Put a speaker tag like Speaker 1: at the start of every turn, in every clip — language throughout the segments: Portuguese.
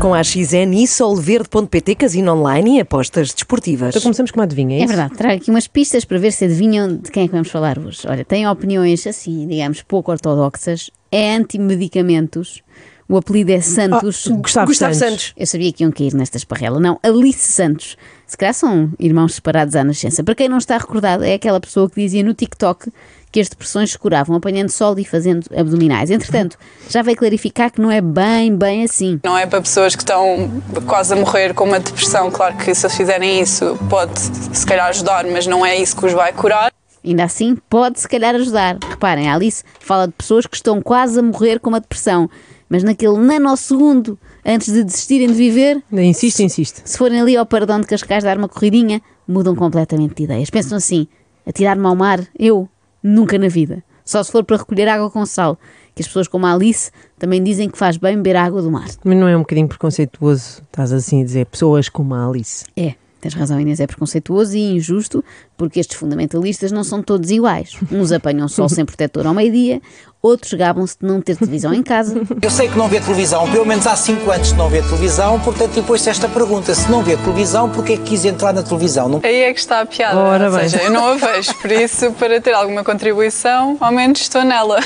Speaker 1: Com a XN e solverde.pt, casino online e apostas desportivas.
Speaker 2: Então começamos com uma adivinha, é,
Speaker 3: É
Speaker 2: isso?
Speaker 3: verdade, trago aqui umas pistas para ver se adivinham de quem é que vamos falar hoje. Olha, tem opiniões assim, digamos, pouco ortodoxas, é anti-medicamentos, o apelido é Santos.
Speaker 2: Ah, Gustavo,
Speaker 1: Gustavo Santos.
Speaker 3: Eu sabia que iam cair nesta esparrela. Não, Alice Santos. Se calhar são irmãos separados à nascença. Para quem não está recordado, é aquela pessoa que dizia no TikTok que as depressões se curavam apanhando sol e fazendo abdominais. Entretanto, já veio clarificar que não é bem, bem assim.
Speaker 4: Não é para pessoas que estão quase a morrer com uma depressão. Claro que se eles fizerem isso pode se calhar ajudar, mas não é isso que os vai curar.
Speaker 3: Ainda assim, pode se calhar ajudar. Reparem, a Alice fala de pessoas que estão quase a morrer com uma depressão, mas naquele nanosegundo antes de desistirem de viver,
Speaker 2: Ainda Insiste, insiste.
Speaker 3: se forem ali ao Pardão de Cascais dar uma corridinha, mudam completamente de ideias. Pensam assim: atirar-me ao mar, eu nunca na vida. Só se for para recolher água com sal, que as pessoas como a Alice também dizem que faz bem beber água do mar.
Speaker 2: Mas não é um bocadinho preconceituoso, estás assim a dizer, pessoas como a Alice.
Speaker 3: É, tens razão, Inês, é preconceituoso e injusto, porque estes fundamentalistas não são todos iguais. Uns apanham sol sem protetor ao meio-dia, outros gabam-se de não ter televisão em casa.
Speaker 5: Eu sei que não vê televisão, pelo menos há 5 anos que não vê televisão, portanto, depois esta pergunta: se não vê televisão, porquê é que quis entrar na televisão? Não
Speaker 4: Aí é que está a piada.
Speaker 2: Ora
Speaker 4: Ou
Speaker 2: bem.
Speaker 4: seja, eu não a vejo. Por isso, para ter alguma contribuição, ao menos estou nela.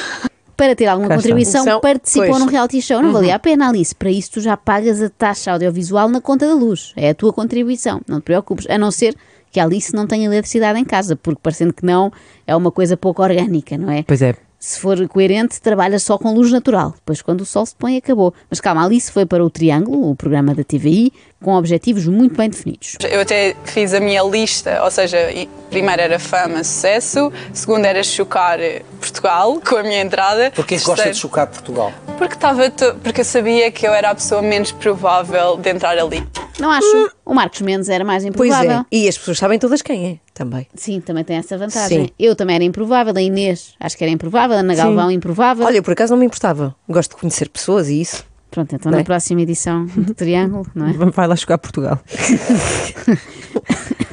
Speaker 3: Para ter alguma
Speaker 2: Cá está.
Speaker 3: contribuição,
Speaker 1: São-
Speaker 3: participam
Speaker 1: pois.
Speaker 3: num reality show. Não valia a pena, Alice. Para isso, tu já pagas a taxa audiovisual na conta da luz. É a tua contribuição. Não te preocupes. A não ser que a Alice não tenha eletricidade em casa, porque parecendo que não, é uma coisa pouco orgânica, não é?
Speaker 2: Pois é,
Speaker 3: Se for coerente, trabalha só com luz natural. Depois, quando o sol se põe, acabou. Mas calma, a Alice foi para o Triângulo, o programa da TVI, com objetivos muito bem definidos.
Speaker 4: Eu até fiz a minha lista, ou seja, e- primeiro era fama, sucesso, segundo era chocar eh, Portugal com a minha entrada.
Speaker 5: Porquê que gosta de
Speaker 4: Terceiro-
Speaker 5: chocar Portugal?
Speaker 4: Porque, estava to- porque eu sabia que eu era a pessoa menos provável de entrar ali.
Speaker 3: Não acho? O Marcos Mendes era mais
Speaker 1: Pois
Speaker 3: improvável.
Speaker 1: é, e as pessoas sabem todas quem é, também.
Speaker 3: Sim, também tem essa vantagem.
Speaker 1: Sim.
Speaker 3: Eu também era improvável, a Inês acho que era improvável, a Ana Galvão improvável.
Speaker 1: Olha, eu por acaso não me importava. Gosto de conhecer pessoas e isso.
Speaker 3: Pronto, então
Speaker 1: Não é?
Speaker 3: na próxima edição do Triângulo, não é?
Speaker 2: vai lá chocar Portugal.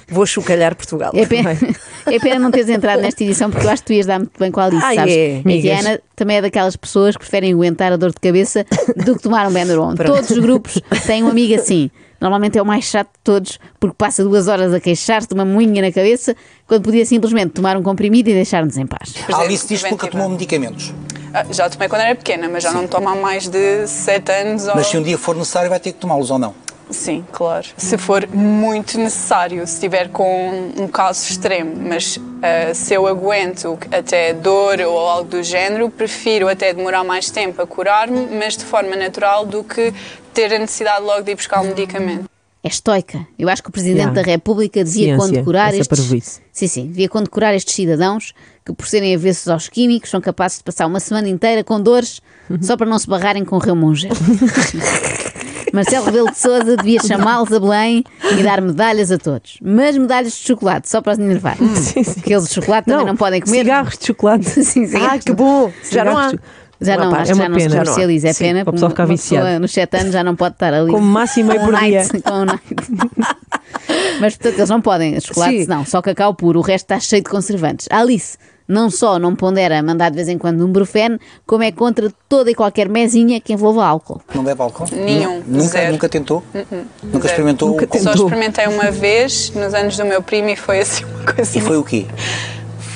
Speaker 1: Vou chocalhar Portugal.
Speaker 3: É pena, é pena não teres entrado nesta edição porque eu acho que tu ias dar muito bem com a Alice,
Speaker 1: Ah,
Speaker 3: sabes?
Speaker 1: é,
Speaker 3: e a
Speaker 2: amigas.
Speaker 3: Ana também é daquelas pessoas que preferem aguentar a dor de cabeça do que tomar um Benuron. Todos os grupos têm um amigo assim. Normalmente é o mais chato de todos porque passa duas horas a queixar-se de uma moinha na cabeça quando podia simplesmente tomar um comprimido e deixar-nos em paz.
Speaker 4: Por
Speaker 5: a
Speaker 4: exemplo,
Speaker 5: Alice diz porque
Speaker 4: preventiva.
Speaker 5: tomou medicamentos.
Speaker 4: Ah, Já tomei quando era pequena, mas já não tomo há mais de 7 anos. Ou...
Speaker 5: Mas se um dia for necessário, vai ter que tomá-los ou não.
Speaker 4: Sim, claro. Se for muito necessário, se tiver com um caso extremo, mas ah, se eu aguento até dor ou algo do género, prefiro até demorar mais tempo a curar-me, mas de forma natural, do que ter a necessidade logo de ir buscar um medicamento.
Speaker 3: é estoica. Eu acho que o Presidente
Speaker 2: Yeah.
Speaker 3: da República devia
Speaker 2: Ciência,
Speaker 3: condecorar
Speaker 2: essa
Speaker 3: estes...
Speaker 2: parvoíce.
Speaker 3: Sim, sim, devia condecorar estes cidadãos que, por serem avessos aos químicos, são capazes de passar uma semana inteira com dores
Speaker 2: Uhum.
Speaker 3: só para não se barrarem com Ramon Marcelo Rebelo de Sousa devia chamá-los a Belém e dar medalhas a todos. Mas medalhas de chocolate, só para os enervar. Porque eles de chocolate Ah, também não podem comer.
Speaker 2: Hum. Cigarros de chocolate.
Speaker 3: Sim, sim.
Speaker 1: Ah, que bom! Já não há.
Speaker 2: Cigarros de-
Speaker 3: Já não,
Speaker 1: Uma
Speaker 3: acho
Speaker 1: parte.
Speaker 3: que
Speaker 2: é uma
Speaker 3: já não se
Speaker 2: pena.
Speaker 3: comercializa, é
Speaker 2: Sim,
Speaker 3: pena.
Speaker 2: para o pessoal
Speaker 3: porque
Speaker 2: ficar
Speaker 3: uma pessoa
Speaker 2: viciado.
Speaker 3: Nos 7 anos já não pode estar ali.
Speaker 2: Como máximo e
Speaker 3: com
Speaker 2: por dia.
Speaker 3: night, com night. Mas portanto eles não podem, chocolates
Speaker 1: Sim.
Speaker 3: não, só cacau puro, o resto está cheio de conservantes. A Alice não só não pondera mandar de vez em quando um brufeno, como é contra toda e qualquer mesinha que envolva álcool.
Speaker 5: Não bebe álcool?
Speaker 4: Nenhum,
Speaker 5: Nunca,
Speaker 4: zero.
Speaker 5: nunca tentou?
Speaker 4: zero.
Speaker 5: Nunca experimentou?
Speaker 2: Nunca
Speaker 5: o álcool?
Speaker 4: Só
Speaker 2: Tentou.
Speaker 4: experimentei uma vez nos anos do meu primo e foi assim uma coisa.
Speaker 5: E foi o quê?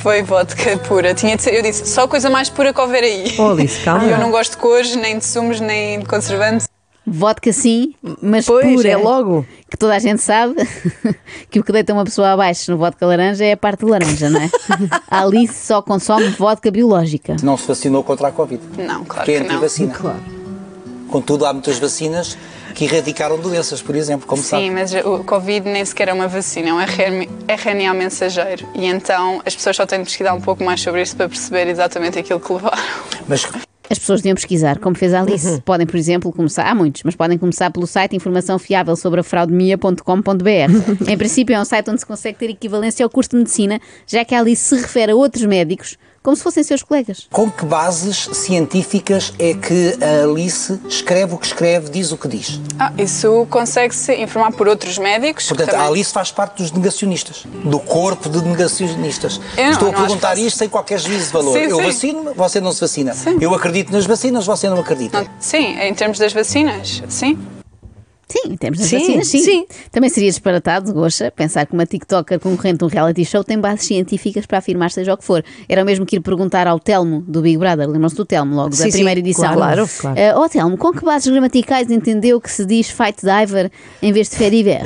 Speaker 4: Foi vodka pura. Tinha de ser, eu disse, só coisa mais pura que houver aí.
Speaker 2: Oh, Alice, calma.
Speaker 4: E eu não gosto de cores, nem de sumos, nem de conservantes.
Speaker 3: Vodka sim, mas
Speaker 1: Pois,
Speaker 3: pura.
Speaker 1: é logo.
Speaker 3: Que toda a gente sabe que o que deita uma pessoa abaixo no vodka laranja é a parte de laranja, não é? A Alice só consome vodka biológica.
Speaker 5: Não se vacinou contra a Covid?
Speaker 4: Não, claro
Speaker 5: Porque é
Speaker 4: que não.
Speaker 5: antivacina. Claro. Contudo, há muitas vacinas que erradicaram doenças, por exemplo, como sabe.
Speaker 4: Sim, mas o Covid nem sequer é uma vacina, é um RM RNA mensageiro. E então as pessoas só têm de pesquisar um pouco mais sobre isso para perceber exatamente aquilo que levaram.
Speaker 5: Mas
Speaker 3: As pessoas deviam pesquisar, como fez a Alice. Podem, por exemplo, começar, há muitos, mas podem começar pelo site informação fiável sobre a fraudemia.com.br. em princípio, é um site onde se consegue ter equivalência ao curso de medicina, já que a Alice se refere a outros médicos como se fossem seus colegas.
Speaker 5: com que bases científicas é que a Alice escreve o que escreve, diz o que diz?
Speaker 4: Ah, isso consegue-se informar por outros médicos. que
Speaker 5: Portanto,
Speaker 4: também-
Speaker 5: a Alice faz parte dos negacionistas, do corpo de negacionistas.
Speaker 4: Eu não-
Speaker 5: Estou
Speaker 4: não
Speaker 5: a
Speaker 4: acho
Speaker 5: perguntar
Speaker 4: fácil.
Speaker 5: isto sem qualquer juízo de valor.
Speaker 4: Sim,
Speaker 5: eu
Speaker 4: sim.
Speaker 5: vacino-me, você não se vacina. Eu acredito nas vacinas, você não acredita.
Speaker 4: Não- Sim, em termos das vacinas, sim.
Speaker 3: Sim, em termos das
Speaker 1: Sim,
Speaker 3: vacinas, sim.
Speaker 1: sim.
Speaker 3: Também seria disparatado, Goxa, pensar que uma TikToker concorrente de um reality show tem bases científicas para afirmar seja o que for. Era o mesmo que ir perguntar ao Telmo do Big Brother, lembram-se do Telmo logo da
Speaker 1: Sim, sim,
Speaker 3: primeira edição.
Speaker 1: claro,
Speaker 2: claro.
Speaker 3: Eh, ó Telmo, com que bases gramaticais entendeu que se diz fight diver em vez de feriver?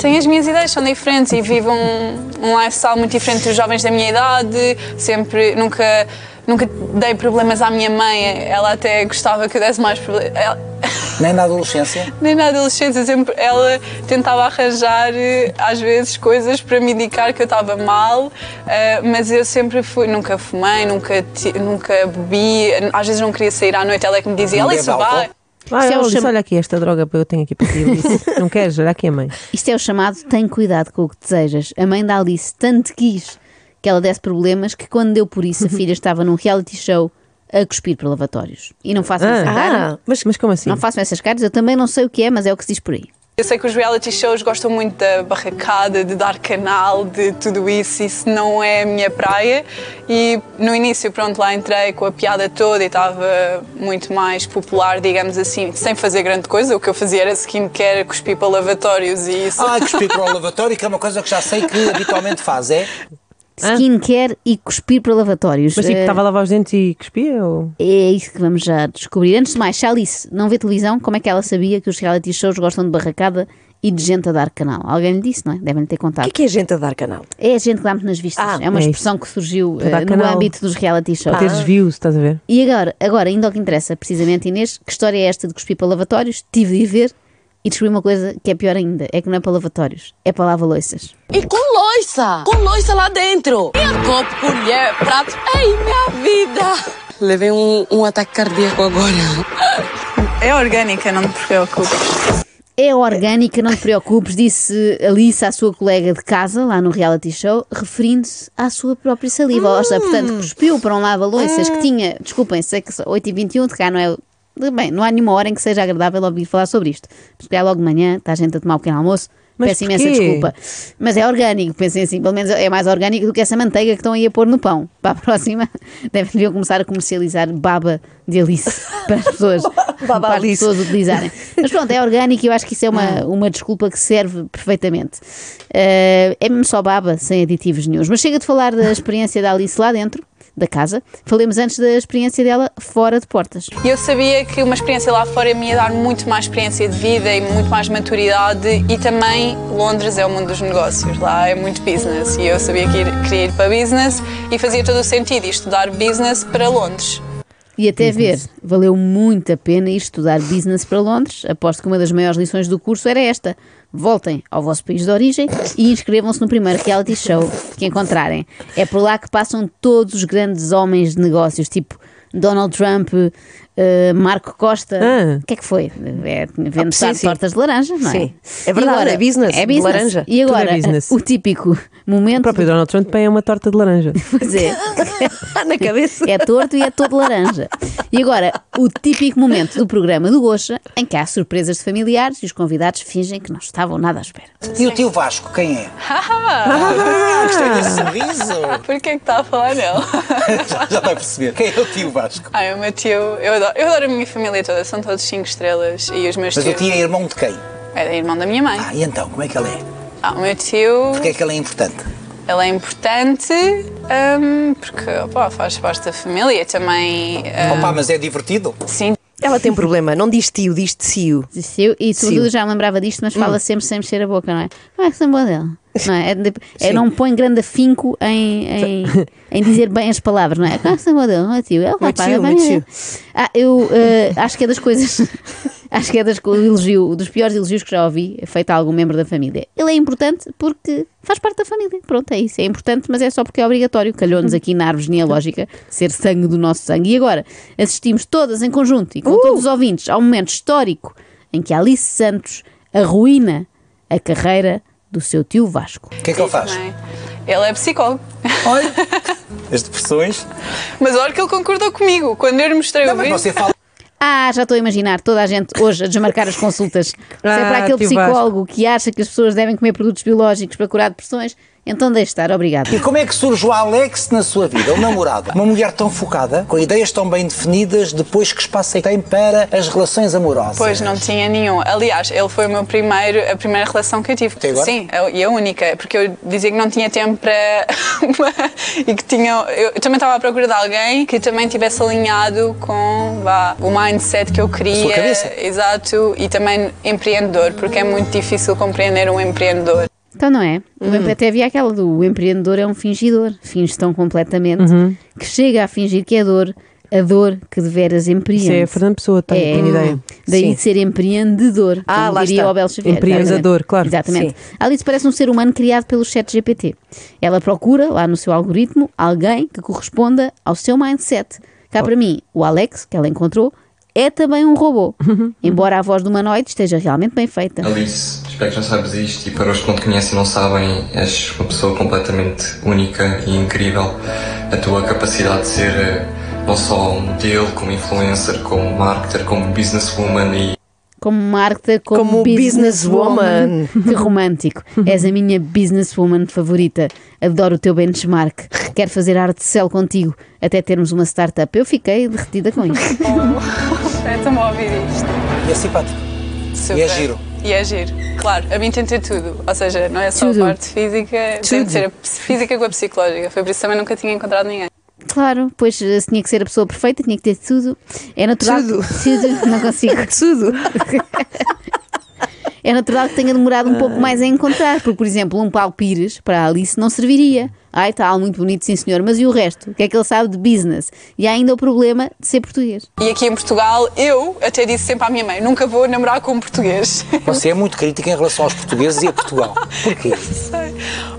Speaker 4: Tenho as minhas ideias, são diferentes e vivo um, um lifestyle muito diferente dos jovens da minha idade. Sempre, nunca, nunca dei problemas à minha mãe. Ela até gostava que eu desse mais problemas.
Speaker 5: Nem na adolescência.
Speaker 4: Nem na adolescência, sempre ela tentava arranjar eh, às vezes coisas para me indicar que eu estava mal, eh, mas eu sempre fui, nunca fumei, nunca, ti- nunca bebi, às vezes não queria sair à noite, ela é que me dizia,
Speaker 5: Não
Speaker 4: ela
Speaker 5: bebe
Speaker 4: isso
Speaker 5: álcool?"
Speaker 4: vai.
Speaker 2: Ah,
Speaker 3: Isto é
Speaker 2: ela
Speaker 3: o
Speaker 2: disse,
Speaker 3: chama-
Speaker 2: olha aqui esta droga que eu tenho aqui para ti. Eu disse, não queres? Olha aqui a mãe.
Speaker 3: Isto é o chamado tem cuidado com o que desejas. A mãe da Alice tanto quis que ela desse problemas que quando deu por isso a filha estava num reality show a cuspir por lavatórios. E não façam essa
Speaker 2: Ah.
Speaker 3: cara.
Speaker 1: Ah,
Speaker 2: Mas, como assim?
Speaker 3: Não façam essas caras, eu também não sei o que é, mas é o que se diz por aí.
Speaker 4: Eu sei que os reality shows gostam muito da barracada, de dar canal, de tudo isso, isso não é a minha praia. E no início, pronto, lá entrei com a piada toda e estava muito mais popular, digamos assim, sem fazer grande coisa. O que eu fazia era skincare, cuspir para lavatórios e isso.
Speaker 5: Ah, cuspir para o lavatório, que é uma coisa que já sei que habitualmente faz, é?
Speaker 2: Ah.
Speaker 3: Skincare e cuspir para lavatórios.
Speaker 2: Mas tipo,
Speaker 3: Eh,
Speaker 2: estava a lavar os dentes e cuspia? Ou...
Speaker 3: É isso que vamos já descobrir. Antes de mais, se a Alice não vê televisão, como é que ela sabia que os reality shows gostam de barracada e de gente a dar canal? Alguém lhe disse, não é? Devem lhe ter
Speaker 1: o
Speaker 3: contado.
Speaker 1: que é que é gente a dar canal?
Speaker 3: É a gente que dá-me nas vistas.
Speaker 1: Ah,
Speaker 3: é uma
Speaker 2: é isso.
Speaker 3: expressão que surgiu
Speaker 2: Para dar
Speaker 3: eh, no
Speaker 2: canal.
Speaker 3: âmbito dos reality shows.
Speaker 2: Para ter desvios, estás a ver?
Speaker 3: E agora, agora, ainda ao que interessa, precisamente, Inês, que história é esta de cuspir para lavatórios? Tive de ir ver e descobri uma coisa que é pior ainda: é que não é para lavatórios, é para lava-loiças.
Speaker 6: E com loiça! Com loiça lá dentro! Minha copo, colher, prato. Ei, minha vida! Levei um, um ataque cardíaco agora.
Speaker 4: É orgânica, não te preocupes.
Speaker 3: É orgânica, não te preocupes, disse Alice à sua colega de casa, lá no reality show, referindo-se à sua própria saliva. Ou seja, portanto,
Speaker 2: Hum.
Speaker 3: cuspiu para um lava-loiças que tinha, desculpem, sei que são 8h21, de cá não é. Bem, não há nenhuma hora em que seja agradável ouvir falar sobre isto. Mas se calhar logo de manhã está a gente a tomar um pequeno almoço.
Speaker 2: Mas
Speaker 3: Peço imensa
Speaker 2: porquê?
Speaker 3: desculpa. Mas é orgânico, pensem assim, pelo menos é mais orgânico do que essa manteiga que estão aí a pôr no pão. Para a próxima, devem deviam começar a comercializar baba de Alice para as pessoas, para as
Speaker 1: Alice.
Speaker 3: pessoas utilizarem. Mas pronto, é orgânico e eu acho que isso é uma, uma desculpa que serve perfeitamente. Eh, é mesmo só baba, sem aditivos nenhuns. Mas chega de falar da experiência da Alice lá dentro, da casa, falemos antes da experiência dela fora de portas.
Speaker 4: E eu sabia que uma experiência lá fora me ia dar muito mais experiência de vida e muito mais maturidade e também Londres é o mundo dos negócios, lá é muito business e eu sabia que ir- queria ir para business e fazia todo o sentido ir estudar business para Londres.
Speaker 3: E até ver, valeu muito a pena ir estudar business para Londres. Aposto que uma das maiores lições do curso era esta. Voltem ao vosso país de origem e inscrevam-se no primeiro reality show que encontrarem. É por lá que passam todos os grandes homens de negócios, tipo Donald Trump, eh, Marco Costa.
Speaker 2: Ah.
Speaker 3: O que é que foi? É, vende
Speaker 1: Ah, sim, sim.
Speaker 3: tortas de laranja, não é?
Speaker 1: Sim. É verdade,
Speaker 3: E
Speaker 1: é business,
Speaker 3: É
Speaker 1: de
Speaker 3: business.
Speaker 1: laranja.
Speaker 2: Tudo
Speaker 3: E
Speaker 2: é
Speaker 3: agora,
Speaker 2: business.
Speaker 3: o típico
Speaker 2: O
Speaker 3: momento.
Speaker 2: próprio Donald Trump tem uma torta de laranja.
Speaker 3: Pois é.
Speaker 1: Na cabeça.
Speaker 3: É torto e é todo laranja. E agora, o típico momento do programa do Gocha, em que há surpresas de familiares e os convidados fingem que não estavam nada à espera.
Speaker 5: E o tio Vasco, quem é? Ah, gostei desse sorriso.
Speaker 4: Por que é que está a falar nela?
Speaker 5: Já- Já vai perceber. Quem é o tio Vasco?
Speaker 4: Ai, o meu tio, eu adoro, eu adoro a minha família toda, são todos cinco estrelas e os meus
Speaker 5: Mas o
Speaker 4: tios.
Speaker 5: tio é irmão de quem?
Speaker 4: Era irmão da minha mãe.
Speaker 5: Ah, e então, como é que ele é?
Speaker 4: Ah, o meu tio,
Speaker 5: Porquê é que ele é importante?
Speaker 4: ele é importante hum, porque opá, faz parte da família também. hum,
Speaker 5: Opa, mas é divertido.
Speaker 4: sim,
Speaker 1: Ela tem um problema, não diz tio, diz tio.
Speaker 3: Disse eu, E sobretudo
Speaker 1: Sim.
Speaker 3: já me lembrava disto, mas fala sempre sem mexer a boca, não é? Como é que se lembrou dele? Não é? É de- é, não põe grande afinco em, em, em dizer bem as palavras, não é? Como é que se lembrou dele? Não é tio? É o rapaz,
Speaker 1: tio,
Speaker 3: é
Speaker 1: meu
Speaker 3: bem-
Speaker 1: tio.
Speaker 3: Ah, eu eh, acho que é das coisas. acho que é das, co- o elogio, dos piores elogios que já ouvi é feito a algum membro da família. Ele é importante porque faz parte da família. Pronto, é isso. É importante, mas é só porque é obrigatório. Calhou-nos aqui na árvore genealógica ser sangue do nosso sangue. E agora assistimos todas em conjunto e com todos os ouvintes ao momento histórico em que Alice Santos arruína a carreira do seu tio Vasco.
Speaker 5: O que é que ele faz?
Speaker 4: também. Ele é psicólogo.
Speaker 5: As depressões?
Speaker 4: Mas olha que ele concordou comigo. Quando eu lhe mostrei
Speaker 5: Não,
Speaker 4: o
Speaker 5: mas
Speaker 4: vídeo.
Speaker 5: você é fala
Speaker 3: Ah, já estou a imaginar toda a gente hoje a desmarcar as consultas. Se é
Speaker 2: Ah,
Speaker 3: para aquele
Speaker 2: tio Vasco.
Speaker 3: psicólogo que acha que as pessoas devem comer produtos biológicos para curar depressões, Então deixe estar, obrigado.
Speaker 5: E como é que surge o Alex na sua vida, o namorado? Uma mulher tão focada, com ideias tão bem definidas, depois que espaço é que tem para as relações amorosas?
Speaker 4: Pois não tinha nenhum. Aliás, ele foi o meu primeiro, a primeira relação que eu tive.
Speaker 5: Até agora?
Speaker 4: Sim, eu- e a única, porque eu dizia que não tinha tempo para e que tinha. Eu também estava à procura de alguém que também tivesse alinhado com vá, o mindset que eu queria.
Speaker 5: Sua cabeça.
Speaker 4: Exato, e também empreendedor, porque é muito difícil compreender um empreendedor.
Speaker 3: Então não é?
Speaker 2: Hum.
Speaker 3: O empre- Até havia aquela do o empreendedor é um fingidor, finge tão completamente
Speaker 2: Uhum.
Speaker 3: que chega a fingir que é dor, a dor que deveras empreende.
Speaker 2: Isso é a Fernando Pessoa, tenho,
Speaker 3: É.
Speaker 2: tenho ideia.
Speaker 3: Daí
Speaker 2: Sim.
Speaker 3: de ser empreendedor,
Speaker 1: Ah,
Speaker 3: como
Speaker 1: lá
Speaker 3: diria
Speaker 1: está.
Speaker 3: o Abel Xavier.
Speaker 2: Empreendedor,
Speaker 3: Exatamente.
Speaker 2: claro.
Speaker 3: Exatamente.
Speaker 1: Sim.
Speaker 3: Alice parece um ser humano criado pelo chat GPT. Ela procura, lá no seu algoritmo, alguém que corresponda ao seu mindset. Cá para mim, o Alex, que ela encontrou, é também um robô. Embora a voz do humanoide esteja realmente bem feita.
Speaker 7: Alice, espero que já sabes isto e para os que não te conhecem e não sabem, és uma pessoa completamente única e incrível. A tua capacidade de ser eh, não só modelo, como influencer, como marketer, como businesswoman e
Speaker 3: Como Marta, como,
Speaker 1: Como businesswoman.
Speaker 3: businesswoman. Que romântico. És a minha businesswoman favorita. Adoro o teu benchmark. Quero fazer arte de céu contigo, até termos uma startup. Eu fiquei derretida com isso.
Speaker 4: Espeta-me a ouvir isto.
Speaker 5: E é simpático.
Speaker 4: Super.
Speaker 5: E é giro.
Speaker 4: E é giro. Claro, a mim tentei tudo. Ou seja, não é só
Speaker 3: Tudo.
Speaker 4: a parte física, tem de ser a ps- física com a psicológica. Foi por isso que também nunca tinha encontrado ninguém.
Speaker 3: Claro, pois eh, se tinha que ser a pessoa perfeita, tinha que ter tudo. É natural. Tudo. não consigo. tudo. é natural que tenha demorado um pouco mais a encontrar, porque, por exemplo, um Paulo Pires para a Alice não serviria. Ai, tal, muito bonito, sim senhor, mas e o resto? O que é que ele sabe de business? E há ainda o problema de ser português.
Speaker 4: E aqui em Portugal, eu até disse sempre à minha mãe: nunca vou namorar com um português.
Speaker 5: Você é muito crítica em relação aos portugueses e a Portugal. Porquê?
Speaker 4: Sei.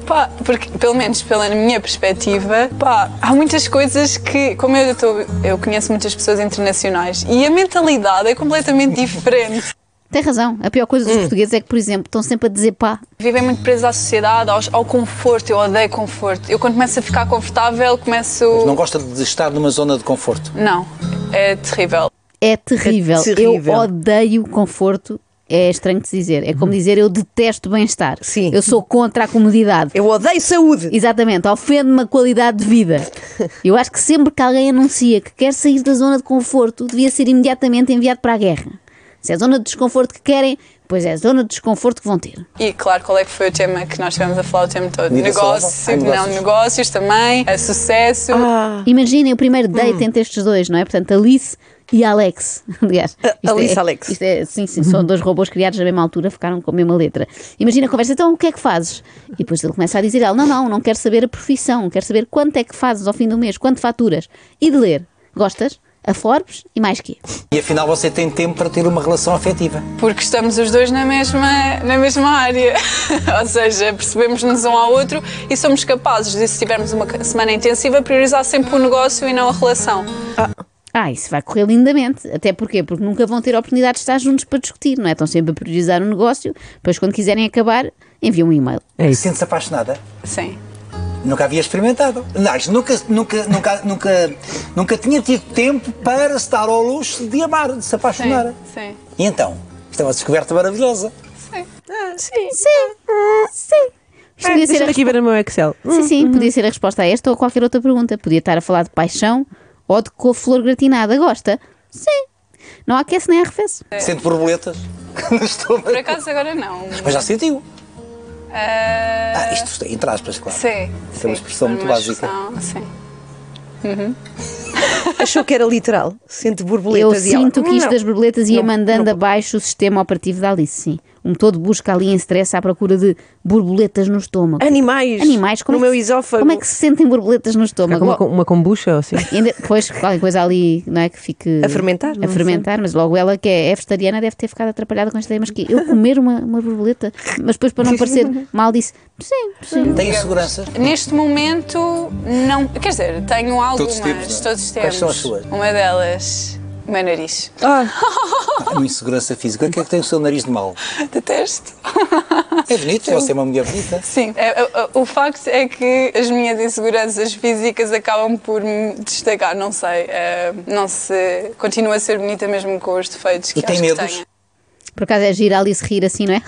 Speaker 4: Pá, porque, pelo menos pela minha perspectiva, pá, há muitas coisas que, como eu, estou- eu conheço muitas pessoas internacionais e a mentalidade é completamente diferente.
Speaker 3: Tem razão. A pior coisa dos portugueses é que, por exemplo, estão sempre a dizer pá.
Speaker 4: Vivem muito presos à sociedade, aos- ao, conforto. Eu odeio conforto. Eu, quando começo a ficar confortável, começo.
Speaker 5: Não gosta de estar numa zona de conforto.
Speaker 4: Não, é terrível.
Speaker 3: É terrível.
Speaker 1: terrível.
Speaker 3: Eu odeio conforto. É estranho de se dizer. É como dizer eu detesto bem-estar.
Speaker 1: Sim.
Speaker 3: Eu sou contra a comodidade.
Speaker 1: Eu odeio saúde.
Speaker 3: Exatamente, ofende-me a qualidade de vida. Eu acho que sempre que alguém anuncia que quer sair da zona de conforto, devia ser imediatamente enviado para a guerra. Se é a zona de desconforto que querem, pois é a zona de desconforto que vão ter.
Speaker 4: E claro, qual é que foi o tema que nós estivemos a falar o tempo todo?
Speaker 5: Vida
Speaker 4: Negócio,
Speaker 5: saudável. Ah,
Speaker 4: não,
Speaker 5: negócios. Ah.
Speaker 4: negócios também, é sucesso.
Speaker 3: Imaginem o primeiro date entre estes dois, não é? Portanto, Alice e Alex. Aliás, isto
Speaker 1: Alice
Speaker 3: é-
Speaker 1: Alex.
Speaker 3: isto é- sim, sim, são dois robôs criados na mesma altura, ficaram com a mesma letra. Imagina a conversa, então o que é que fazes? E depois ele começa a dizer: ela, não, não, não quero saber a profissão, quero saber quanto é que fazes ao fim do mês, quanto faturas. E de ler, gostas? A Forbes e mais quê?
Speaker 5: E afinal você tem tempo para ter uma relação afetiva.
Speaker 4: Porque estamos os dois na mesma, na mesma área. Ou seja, percebemos-nos um ao outro e somos capazes de, se tivermos uma ca- semana intensiva, priorizar sempre o negócio e não a relação.
Speaker 3: Ah, isso vai correr lindamente. Até porquê? Porque nunca vão ter a oportunidade de estar juntos para discutir, não é? Estão sempre a priorizar o negócio, depois quando quiserem acabar, enviam um e-mail.
Speaker 2: É isso.
Speaker 5: Sente-se apaixonada?
Speaker 4: Sim.
Speaker 5: Nunca havia experimentado. Não, isto nunca, nunca, nunca, nunca, nunca tinha tido tempo para se dar ao luxo de amar, de se
Speaker 4: Sim.
Speaker 5: apaixonar.
Speaker 4: Sim.
Speaker 5: E então, isto é uma descoberta maravilhosa.
Speaker 3: Sim, sim. Isto
Speaker 2: Ah,
Speaker 3: podia ser a
Speaker 2: Deixa-me aqui ver o meu Excel.
Speaker 3: Sim, sim,
Speaker 1: Uhum.
Speaker 3: podia ser a resposta a esta ou a qualquer outra pergunta. Podia estar a falar de paixão ou de couve-flor gratinada. Gosta? Sim. Não aquece nem arrefece.
Speaker 5: Sente borboletas no
Speaker 4: É. Por
Speaker 5: estômago.
Speaker 4: acaso é. agora não.
Speaker 5: Mas já sentiu.
Speaker 4: Ah,
Speaker 5: Ah, isto entre aspas, claro.
Speaker 4: Sim.
Speaker 5: Isso é uma
Speaker 4: sim.
Speaker 5: expressão muito básica.
Speaker 4: expressão, sim.
Speaker 1: Achou que era literal. Sente
Speaker 3: Eu
Speaker 1: borboletas e ela, "Hum,
Speaker 3: sinto que isto
Speaker 1: "Não,
Speaker 3: das borboletas ia
Speaker 1: não,
Speaker 3: mandando
Speaker 1: não."
Speaker 3: abaixo o sistema operativo da Alice, sim. Um todo busca ali em stress à procura de borboletas no estômago.
Speaker 1: Animais.
Speaker 3: Animais, como
Speaker 1: No
Speaker 3: é que
Speaker 1: meu
Speaker 3: se-
Speaker 1: esófago.
Speaker 3: Como é que se sentem borboletas no
Speaker 2: É
Speaker 3: estômago?
Speaker 2: como uma, uma kombucha ou assim.
Speaker 3: E ainda, pois, qualquer coisa ali, não é? Que fique.
Speaker 1: A fermentar? é?
Speaker 3: A fermentar, mas logo ela que é, é vegetariana deve ter ficado atrapalhada com esta ideia. Mas que eu comer uma, uma borboleta, mas depois para não parecer mal disse: sim, sim.
Speaker 5: Tem segurança.
Speaker 4: Neste momento, não. Quer dizer, tenho algumas.
Speaker 7: Todos temos, não é?
Speaker 4: todos
Speaker 5: Quais são
Speaker 4: temos.
Speaker 5: as suas?
Speaker 4: Uma delas, o meu nariz.
Speaker 5: Ah, uma insegurança física. O que é que tem o seu nariz de mal?
Speaker 4: Detesto.
Speaker 5: É bonito, você é uma mulher bonita.
Speaker 4: Sim, é- é- é- o facto é que as minhas inseguranças físicas acabam por me destacar, não sei. é, não se. Continua a ser bonita mesmo com os defeitos que
Speaker 5: E tem
Speaker 4: acho que
Speaker 5: medos?
Speaker 4: tenho.
Speaker 3: Por acaso é gira a Alice rir assim, não é?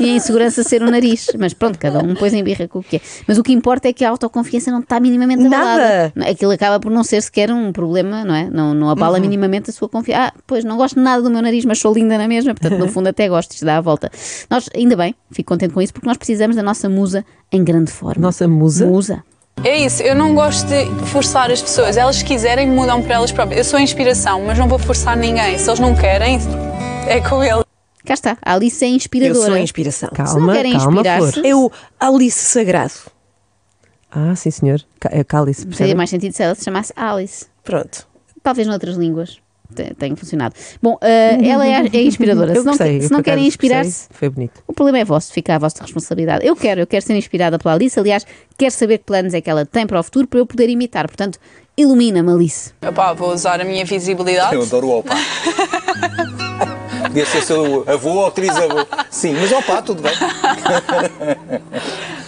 Speaker 3: e a insegurança ser o nariz. Mas pronto, cada um pôs em birra com o que é. Mas o que importa é que a autoconfiança não está minimamente abalada. Aquilo acaba por não ser sequer um problema, não é? Não, não
Speaker 2: Uhum.
Speaker 3: abala minimamente a sua confiança. Ah, pois não gosto nada do meu nariz, mas sou linda na mesma, portanto, no fundo, até gosto, isto dá a volta. Nós, ainda bem, fico contente com isso, porque nós precisamos da nossa musa em grande forma.
Speaker 2: Nossa musa?
Speaker 3: Musa.
Speaker 4: É isso, eu não gosto de forçar as pessoas. Elas quiserem, mudam por elas próprias. Eu sou a inspiração, mas não vou forçar ninguém. Se eles não querem, é com eles.
Speaker 3: Cá está, a Alice é
Speaker 1: Eu
Speaker 3: inspiradora.
Speaker 1: sou a inspiração.
Speaker 2: Calma,
Speaker 3: Se não querem
Speaker 2: calma,
Speaker 3: inspirar-se,
Speaker 2: Flor.
Speaker 1: É o Alice Sagrado.
Speaker 2: Ah, sim, senhor. Ca- É cálice, percebe?
Speaker 3: Seria mais sentido se ela se chamasse Alice.
Speaker 1: Pronto.
Speaker 3: talvez noutras línguas te- tenha funcionado. Bom, ah, ela é, é inspiradora.
Speaker 2: Eu
Speaker 3: se não,
Speaker 2: gostei, eu
Speaker 3: se
Speaker 2: por
Speaker 3: não
Speaker 2: acaso
Speaker 3: querem inspirar-se,
Speaker 2: gostei. Foi bonito.
Speaker 3: o problema é vosso, fica à vossa responsabilidade. Eu quero, eu quero ser inspirada pela Alice. Aliás, quero saber que planos é que ela tem para o futuro para eu poder imitar. Portanto, ilumina-me, Alice.
Speaker 4: Epá, vou usar a minha visibilidade.
Speaker 5: Eu adoro o opa. Podia ser seu avô ou trisavô. Sim, mas opa, tudo bem.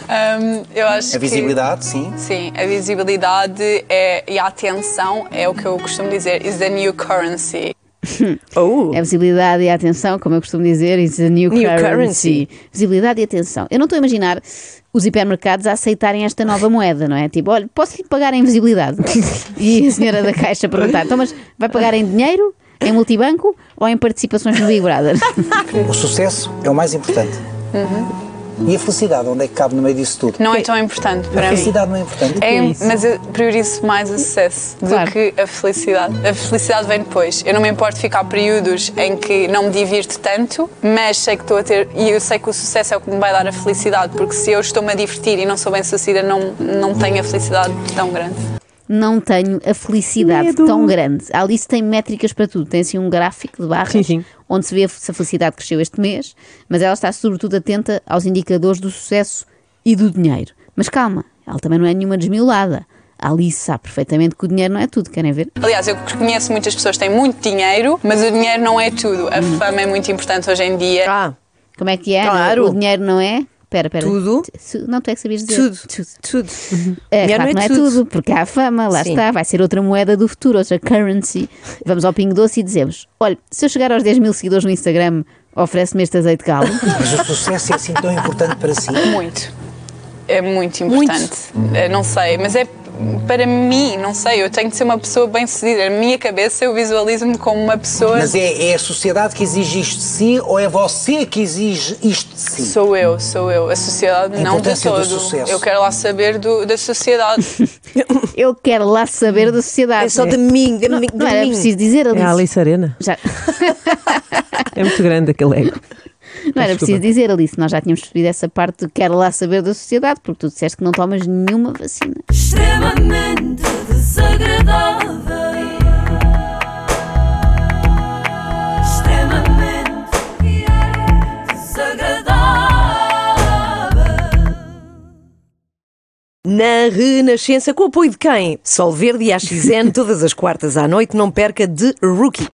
Speaker 4: Ahm, eu acho
Speaker 5: A visibilidade, sim.
Speaker 4: Que, sim, a visibilidade é, e a atenção é o que eu costumo dizer. Is the new currency.
Speaker 1: Oh.
Speaker 3: É a visibilidade e a atenção, como eu costumo dizer, it's a new,
Speaker 1: New
Speaker 3: currency.
Speaker 1: currency.
Speaker 3: Visibilidade e atenção. Eu não estou a imaginar os hipermercados a aceitarem esta nova moeda, não é? Tipo, olha, posso lhe pagar em visibilidade? E a senhora da caixa perguntar, então, mas vai pagar em dinheiro, em multibanco ou em participações no Big Brother?
Speaker 5: O sucesso é o mais importante. E a felicidade, onde é que cabe no meio disso tudo?
Speaker 4: Uhum. Não é tão importante
Speaker 5: A
Speaker 4: para mim.
Speaker 5: felicidade não é importante.
Speaker 4: É,
Speaker 2: isso?
Speaker 4: mas eu priorizo mais o sucesso
Speaker 3: Claro.
Speaker 4: do que a felicidade. A felicidade vem depois. Eu não me importo ficar períodos em que não me divirto tanto, mas sei que estou a ter. E eu sei que o sucesso é o que me vai dar a felicidade, porque se eu estou-me a divertir e não sou bem sucedida, não, não tenho a felicidade tão grande.
Speaker 3: Não tenho a felicidade
Speaker 2: Medo.
Speaker 3: tão grande. A Alice tem métricas para tudo. Tem assim um gráfico de barras
Speaker 2: Sim, sim.
Speaker 3: onde se vê se a felicidade cresceu este mês, mas ela está sobretudo atenta aos indicadores do sucesso e do dinheiro. Mas calma, ela também não é nenhuma desmiolada. A Alice sabe perfeitamente que o dinheiro não é tudo, querem ver?
Speaker 4: Aliás, eu conheço muitas pessoas que têm muito dinheiro, mas o dinheiro não é tudo. A
Speaker 5: Uhum.
Speaker 4: fama é muito importante hoje em dia.
Speaker 1: Ah,
Speaker 3: Como é que é?
Speaker 1: Claro.
Speaker 3: O dinheiro não é? Pera, pera.
Speaker 1: Tudo.
Speaker 3: Su- Não, tu é que sabias dizer.
Speaker 1: tudo, tudo.
Speaker 3: É,
Speaker 1: Dinheiro
Speaker 3: claro que não é tudo. porque há a fama, lá
Speaker 1: Sim.
Speaker 3: está, vai ser outra moeda do futuro, outra currency. Vamos ao Pingo Doce e dizemos: olha, se eu chegar aos 10 mil seguidores no Instagram, oferece-me este azeite de galo.
Speaker 5: Mas o sucesso é assim tão importante para si.
Speaker 4: Muito. É muito importante. É, Não sei, mas é para mim, não sei, eu tenho de ser uma pessoa bem sucedida. Na minha cabeça eu visualizo-me como uma pessoa.
Speaker 5: Mas é, é a sociedade que exige isto de si ou é você que exige isto de si?
Speaker 4: Sou eu, sou eu. A sociedade
Speaker 5: A
Speaker 4: não de
Speaker 5: importância do
Speaker 4: todo.
Speaker 5: sucesso.
Speaker 4: Eu quero lá saber do- da sociedade.
Speaker 3: Eu quero lá saber da sociedade.
Speaker 1: É só de mim, de
Speaker 3: Não,
Speaker 1: mim,
Speaker 3: não
Speaker 1: de
Speaker 3: era
Speaker 1: mim.
Speaker 3: preciso dizer, Alice.
Speaker 2: É a Alice Arena.
Speaker 3: Já-
Speaker 2: É muito grande aquele ego.
Speaker 3: não era
Speaker 2: Desculpa.
Speaker 3: preciso dizer, Alice. Nós já tínhamos percebido essa parte de quero lá saber da sociedade, porque tu disseste que não tomas nenhuma vacina.
Speaker 8: extremamente desagradável. Extremamente desagradável.
Speaker 1: Na Renascença, com o apoio de quem? Sol Verde e AXN, todas as quartas à noite, não perca de Rookie.